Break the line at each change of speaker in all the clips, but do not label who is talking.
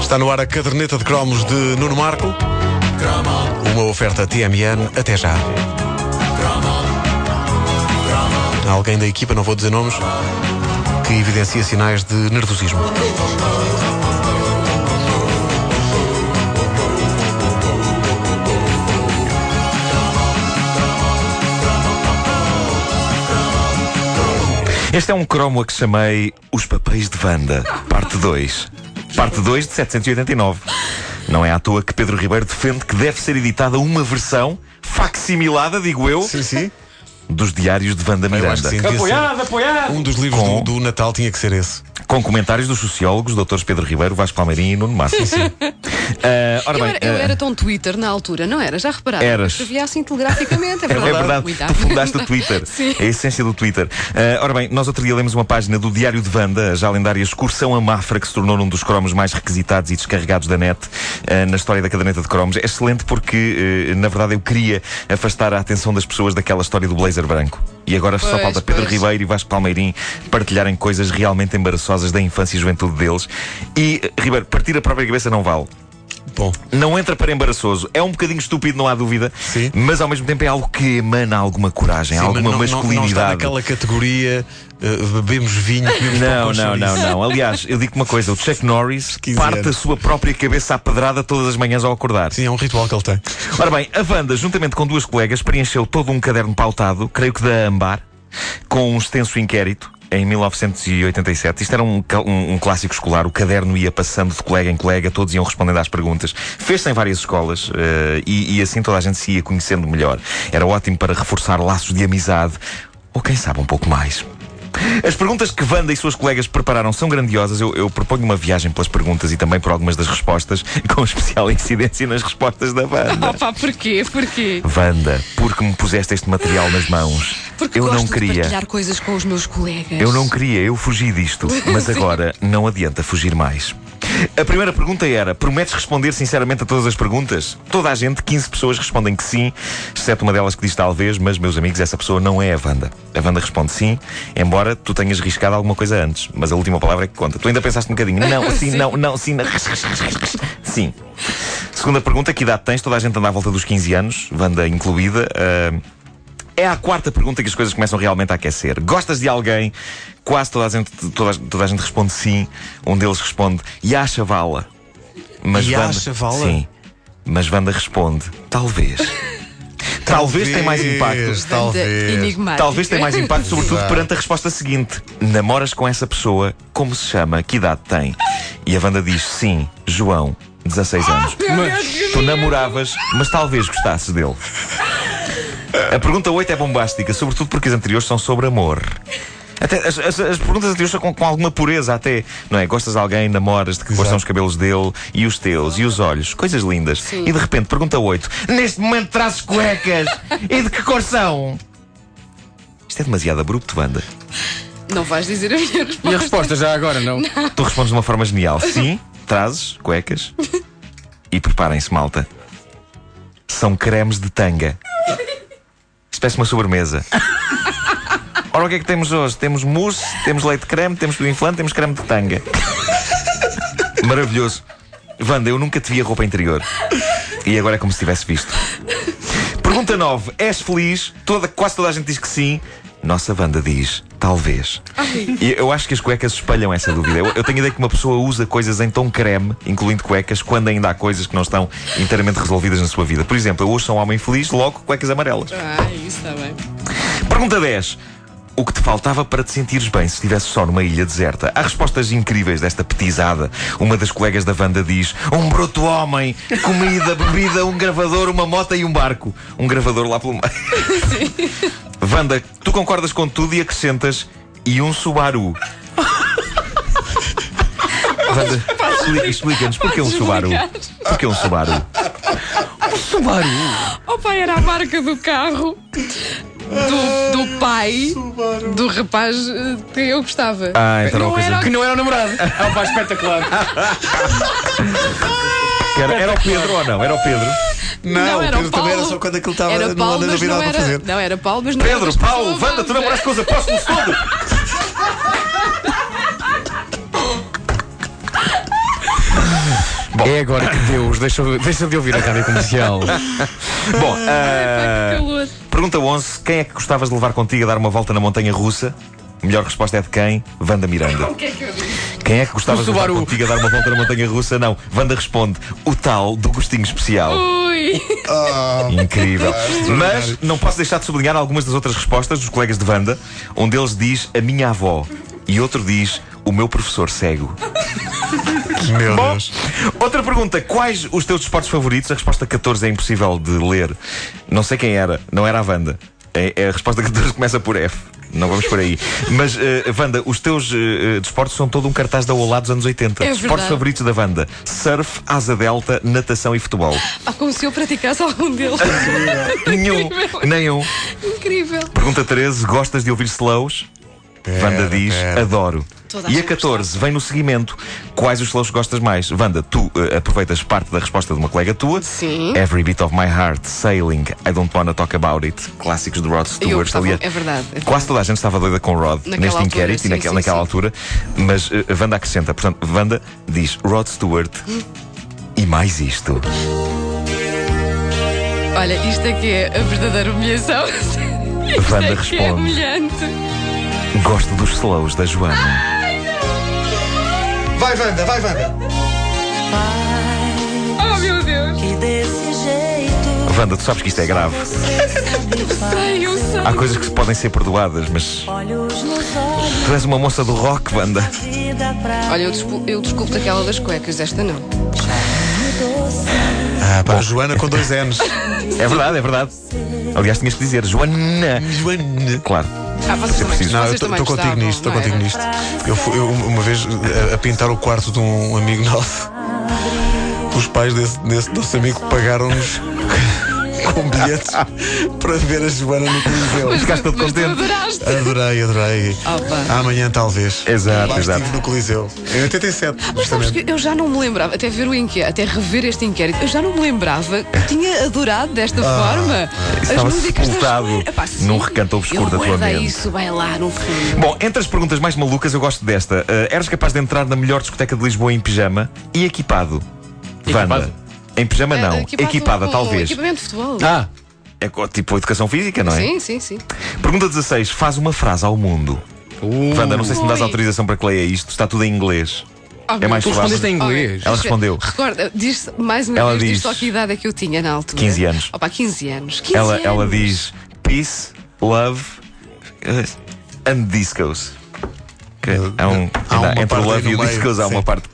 Está no ar a caderneta de cromos de Nuno Marco. Uma oferta TMN. Até já. Há alguém da equipa, não vou dizer nomes, que evidencia sinais de nervosismo.
Este é um cromo a que chamei Os Papéis de Wanda, parte 2. Parte 2 de 789. Não é à toa que Pedro Ribeiro defende que deve ser editada uma versão facsimilada, digo eu,
sim.
dos diários de Wanda
Eu acho que
Miranda.
sim. devia ser-
Apoiado, apoiado!
Um dos livros do,
Com-
do Natal tinha que ser esse.
Com comentários dos sociólogos, doutores Pedro Ribeiro, Vasco Palmeirinho e Nuno Massa. Ah, ora
Eu,
bem,
era, eu
ah,
era tão Twitter na altura, não era? Já repararam?
Eras.
Eu Escrevia assim telegraficamente, é
É
verdade.
verdade,
Muito à
tu fundaste o
frente.
Twitter.
Sim.
É a essência do Twitter. Ah, ora bem, nós outro dia lemos uma página do Diário de Vanda, a já lendária excursão a Mafra, que se tornou um dos cromos mais requisitados e descarregados da net ah, na história da caderneta de cromos. É excelente porque, eh, na verdade, eu queria afastar a atenção das pessoas daquela história do blazer branco. E agora só
Pois,
falta Pedro
pois.
Ribeiro e Vasco Palmeirim partilharem coisas realmente embaraçosas da infância e juventude deles. E, eh, Ribeiro, partir a própria cabeça não vale.
Bom,
Não entra para embaraçoso. É um bocadinho estúpido, não há dúvida.
Sim.
Mas ao mesmo tempo é algo que emana alguma coragem,
sim,
alguma
mas não, não, não está
masculinidade.
naquela categoria eh, bebemos vinho, comemos pão
Não,
com
não, não,
chouriço.
não. Aliás, eu digo uma coisa: o Chuck Norris
Esquisito.
parte a sua própria cabeça à pedrada todas as manhãs ao acordar.
Sim, é um ritual que ele tem.
Ora bem, a Wanda, juntamente com duas colegas, preencheu todo um caderno pautado, creio que da Ambar, com um extenso inquérito. Em 1987, isto era um, ca- um- um clássico escolar, o caderno ia passando de colega em colega, todos iam respondendo às perguntas. Fez-se em várias escolas eh, e, e assim toda a gente se ia conhecendo melhor. Era ótimo para reforçar laços de amizade, ou quem sabe um pouco mais. As perguntas que Wanda e suas colegas prepararam são grandiosas. Eu, eu proponho uma viagem pelas perguntas e também por algumas das respostas, com especial incidência nas respostas da Wanda.
Opa, porquê? Porquê?
Wanda, porque me puseste este material nas mãos?
Porque
eu
gosto
não
de
queria.
partilhar coisas com os meus colegas.
Eu não queria, eu fugi disto. Mas
Sim.
agora não adianta fugir mais. A primeira pergunta era: prometes responder sinceramente a todas as perguntas? Toda a gente, 15 pessoas respondem que sim, exceto uma delas que diz talvez, mas meus amigos, essa pessoa não é a Wanda. A Wanda responde sim, embora tu tenhas riscado alguma coisa antes, mas a última palavra é que conta. Tu ainda pensaste um bocadinho: não, sim,
Sim.
não, não, sim, não. sim. Segunda pergunta: que idade tens? Toda a gente anda à volta dos 15 anos, Wanda incluída. Ah, é à quarta pergunta que as coisas começam realmente a aquecer. Gostas de alguém? Quase toda a gente, toda, a- toda a gente responde sim. Um deles responde, e a chavala. Mas
E a
Wanda-
chavala?
Sim. Mas Wanda responde, talvez. talvez. tem mais impacto.
Talvez.
Enigmática.
Talvez tem mais impacto, sobretudo perante a resposta seguinte: Namoras com essa pessoa, como se chama, que idade tem? E a Wanda diz: Sim, João, 16 anos. Tu namoravas, mas talvez gostasses dele. A pergunta 8 é bombástica, sobretudo porque as anteriores são sobre amor. Até as, as- as perguntas anteriores são com, com alguma pureza, até, não é? Gostas de alguém, namoras, de que cores são os cabelos dele, e os teus, e os olhos, coisas lindas. E de repente, pergunta 8: Neste momento trazes cuecas, e de que cor são? Isto é demasiado abrupto, Wanda.
Não vais dizer a minha resposta.
E a resposta já agora, não?
Tu respondes de uma forma genial. Sim, trazes cuecas. E preparem-se, malta. São cremes de tanga. Espécie de uma sobremesa. Ora, o que é que temos hoje? Temos mousse, temos leite de creme, temos pudim flan, temos creme de tanga. Maravilhoso. Wanda, eu nunca te vi a roupa interior. E agora é como se tivesse visto. Pergunta 9. És feliz? Toda, quase toda a gente diz que sim. Nossa Wanda diz, talvez. E eu acho que as cuecas espalham essa dúvida. Eu, eu tenho a ideia que uma pessoa usa coisas em tom creme, incluindo cuecas, quando ainda há coisas que não estão inteiramente resolvidas na sua vida. Por exemplo, eu hoje sou um homem feliz, logo cuecas amarelas.
Ah, isso está bem.
Pergunta 10. O que te faltava para te sentires bem se estivesse só numa ilha deserta? Há respostas incríveis desta petizada. Uma das colegas da Wanda diz: Um broto homem, comida, bebida, um gravador, uma moto e um barco. Um gravador lá pelo meio. Wanda, tu concordas com tudo e acrescentas: E um Subaru. Wanda, expli- explica-nos: porquê um
Podes
Subaru?
explicar?
Porquê um Subaru?
O pai era a marca do carro do, do pai do rapaz eh, que eu gostava.
Ah, então era uma
não
coisa.
era,
Que não era o namorado. É um pai espetacular.
Era, era o Pedro ou não? Era o Pedro?
Não,
não, era
Pedro também
o Paulo.
era só quando aquilo estava
Era
no ano
Paulo,
da
mas não
Navidade para
era.
fazer.
Não, era Paulo, mas não era
Pedro,
das
Paulo,
pessoas
Wanda, tu namoraste com os apóstolos todos!
É agora que Deus deixa, deixa de ouvir a rádio comercial.
Bom, ah,
Ai, pá, que calor.
pergunta 11: quem é que gostavas de levar contigo a dar uma volta na montanha russa? Melhor resposta é de quem? Vanda Miranda.
O que é que eu disse?
Quem é que gostavas de
O
levar
Subaru.
contigo a dar uma volta na montanha russa? Não. Vanda responde: o tal do gostinho especial.
Ui!
Ah,
Incrível. Mas não posso deixar de sublinhar algumas das outras respostas dos colegas de Wanda. Um deles diz a minha avó e outro diz o meu professor cego.
Meu
Bom,
Deus.
outra pergunta: quais os teus desportos favoritos? A resposta 14 é impossível de ler. Não sei quem era, não era a Wanda. É, é a resposta 14 começa por F. Não vamos por aí. Mas, eh, Wanda, os teus eh, eh, desportos são todo um cartaz da Olá dos anos 80.
É
desportos
verdade.
favoritos da Wanda: surf, asa delta, natação e futebol.
Ah, como se eu praticasse algum deles.
Nenhum, nenhum.
Incrível.
Pergunta 13, gostas de ouvir slows? Wanda diz,
pera.
adoro.
Toda a
E a
gente
14 vem no seguimento. Quais os slows gostas mais? Wanda, tu eh, aproveitas parte da resposta de uma colega tua.
Sim.
Every Bit of My Heart, Sailing, I Don't Wanna Talk About It, clássicos de Rod
Eu
Stewart.
gostava-
Aliás,
é verdade, é
Quase toda a gente estava doida com Rod
Naquela
neste
altura,
inquérito
sim,
e naquela,
sim,
naquela
sim.
altura, mas eh, Wanda acrescenta. Portanto, Wanda diz Rod Stewart e mais isto.
Olha, isto é que é a verdadeira humilhação. Isto
Wanda
é que é
responde.
humilhante.
Gosto dos slows da Joana.
Vai, Wanda, vai, Wanda.
Oh meu Deus!
E desse jeito
Wanda, tu sabes que isto é grave.
Ai, eu sei.
Há coisas que se podem ser perdoadas, mas
olhos nos olhos,
tu és uma moça do rock, Wanda.
vida pra
Olha, eu, descul eu desculpo daquela das cuecas, esta não.
doce.
Ah, pá, Joana com dois N's.
É verdade, é verdade. Aliás, tinhas que dizer Joana.
Joana.
Claro.
Ah, vocês também,
preciso.
Não, eu
vocês
estou
também
contigo
gostavam,
nisto, estou
não era?
contigo nisto. Eu, fui- eu, uma vez eh, a, a pintar o quarto de um amigo nosso, os pais desse, desse nosso amigo pagaram-nos com bilhetes para ver a Joana no Coliseu.
Ficaste todo
Mas tu
contente.
adoraste.
Adorei, adorei.
Opa.
Amanhã talvez.
Exato,
Lá
exato.
estive no Coliseu. Em 87,
Mas sabes
justamente.
que eu já não me lembrava, até ver o inquérito, até rever este inquérito, eu já não me lembrava que tinha adorado desta forma
Ah, Estava
as músicas das
sepultado
Joana. Epá, sim.
num recanto obscuro
Eu
da tua
guardei
mente.
isso bem lá no fundo.
Bom, entre as perguntas mais malucas, eu gosto desta. Eh, eras capaz de entrar na melhor discoteca de Lisboa em pijama e equipado? Wanda.
Equipado?
Em pijama, não.
Eh, equipado
Equipada,
com
talvez.
Equipamento de futebol.
Ah,
É co- tipo educação física, não é?
Sim, sim, sim.
Pergunta 16. Faz uma frase ao mundo. Wanda, não sei se me dás
Uh. Ui.
autorização para que leia isto. Está tudo em inglês.
Oh, meu
É mais
Deus.
suave.
respondeste em inglês.
Ela respondeu.
Recorda, diz mais uma
Ela
vez, diz
diz-
só que idade é que eu tinha na altura.
15 anos.
Opa, 15 anos. 15
Ela,
anos.
ela diz peace, love eh, and discos. Que há um,
Há uma
entre o
parte aí
love
no
e o
meio,
discos há uma
sim.
parte.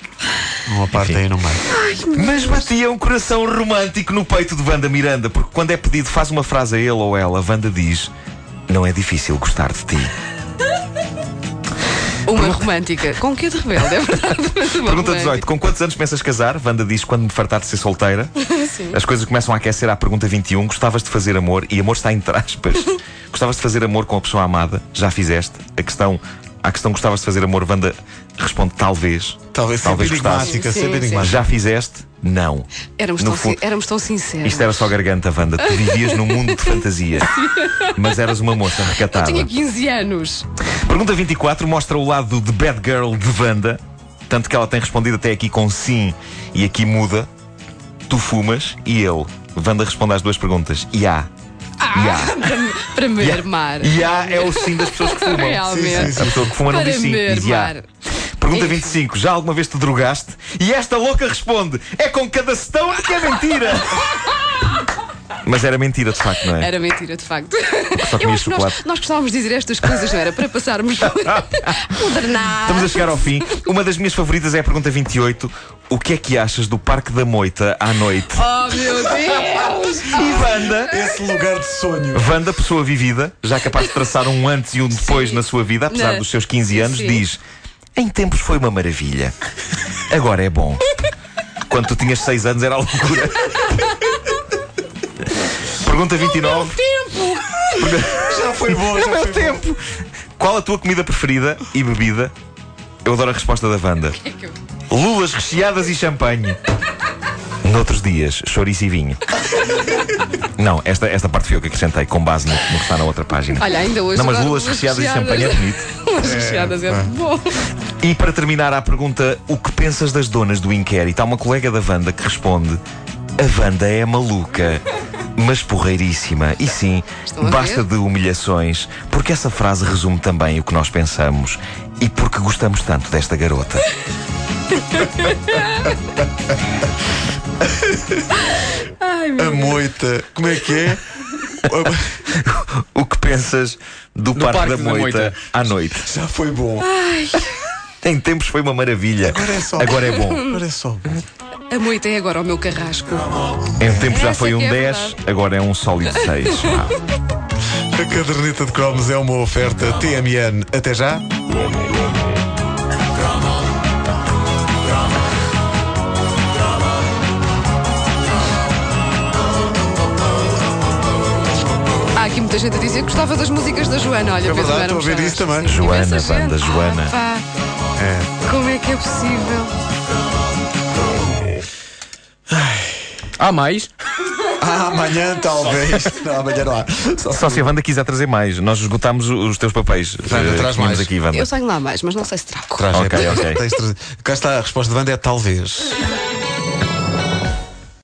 Uma parte aí no meio.
Mas batia um coração romântico no peito de Wanda Miranda, porque quando é pedido, faz uma frase a ele ou ela, Wanda diz: Não é difícil gostar de ti.
Uma romântica. Com que de rebelde, é verdade. mas uma
Pergunta
romântica.
18: Com quantos anos pensas casar? Wanda diz: Quando me fartar de ser solteira.
Sim.
As coisas começam a aquecer à pergunta 21. Gostavas de fazer amor? E amor está entre aspas. gostavas de fazer amor com a pessoa amada? Já fizeste? A questão, à questão gostavas de fazer amor, Wanda responde talvez.
Talvez,
Talvez
sempre enigmática, sempre
gostasse. Sim, É sim.
enigmática.
Já fizeste? Não.
Éramos,
No
tão,
fundo-
sin- éramos tão sinceros.
Isto era só garganta, Wanda. Tu vivias num mundo de fantasia. Mas eras uma moça
Eu
recatada.
tinha 15 anos.
Pergunta 24 mostra o lado de Bad Girl de Wanda. Tanto que ela tem respondido até aqui com sim e aqui muda. Tu fumas e eu. Wanda responde às duas perguntas. E há. E há.
Ah, Para me
Ya-
armar.
Ya é o sim das pessoas que fumam.
Realmente.
A pessoa que fuma não
Para É
diz sim,
me
diz ya.
armar.
Pergunta
Enfim.
25. Já alguma vez te drogaste? E esta louca responde: É com cada setão que é mentira. Mas era mentira, de facto, não é?
Era mentira, de
Só
facto. Eu
comia
acho que nós,
chocolate.
nós costumávamos dizer estas coisas, não era? Para passarmos modernar.
Estamos a chegar ao fim. Uma das minhas favoritas é a pergunta 28. O que é que achas do Parque da Moita à noite?
Oh, meu
É,
Deus!
E Wanda,
Esse lugar de sonho.
Wanda, pessoa vivida, já capaz de traçar um antes e um depois na sua vida, apesar
Na-
dos seus 15 anos,
Sim.
diz: Em tempos foi uma maravilha. Agora é bom. Quando tu tinhas 6 anos era a loucura. Pergunta 29.
Já foi bom,
É o
já
meu
foi bom.
tempo. Qual a tua comida preferida e bebida? Eu adoro a resposta da Wanda. Lulas recheadas e champanhe. Noutros dias, chouriço e vinho. Não, esta, esta parte foi eu que acrescentei, com base no, no que está na outra página.
Olha, ainda hoje.
Não, mas
agora,
lulas recheadas e champanhe é bonito.
Mas recheadas é muito bom.
E para terminar, há a pergunta: o que pensas das donas do inquérito? Há uma colega da Wanda que responde: a Wanda é maluca. Mas porreiríssima, e sim,
Estou a
basta
ver.
de humilhações, porque essa frase resume também o que nós pensamos e porque gostamos tanto desta garota.
Ai, meu
A moita. Como é que é?
O que pensas do, Parque, da, moita à noite?
Já foi bom.
Em tempos foi uma maravilha,
Agora é só.
agora é bom.
Agora é só bom.
A moita é agora o meu carrasco.
Em tempos já
Essa
foi
que
um
é
10, agora é um sólido 6.
A caderneta de cromos é uma oferta TMN. Até já.
Há aqui muita gente a dizer que gostava das músicas da Joana. Olha,
É
Pedro,
verdade,
era
estou a ver
gostava.
isso também.
Sim,
Joana,
imensa gente.
banda Joana.
Ah, pá,
É.
como é que é possível?
Há mais?
Ah, amanhã talvez. Não, amanhã não há. Só
Só se a Wanda quiser trazer mais, nós esgotámos o- os teus papéis.
Wanda,
Eh,
traz
tínhamos
mais.
aqui, Wanda.
Eu tenho lá mais, mas não sei se trago.
Traz,
Ok,
é,
ok.
tens de trazer. Cá está a resposta de banda é talvez.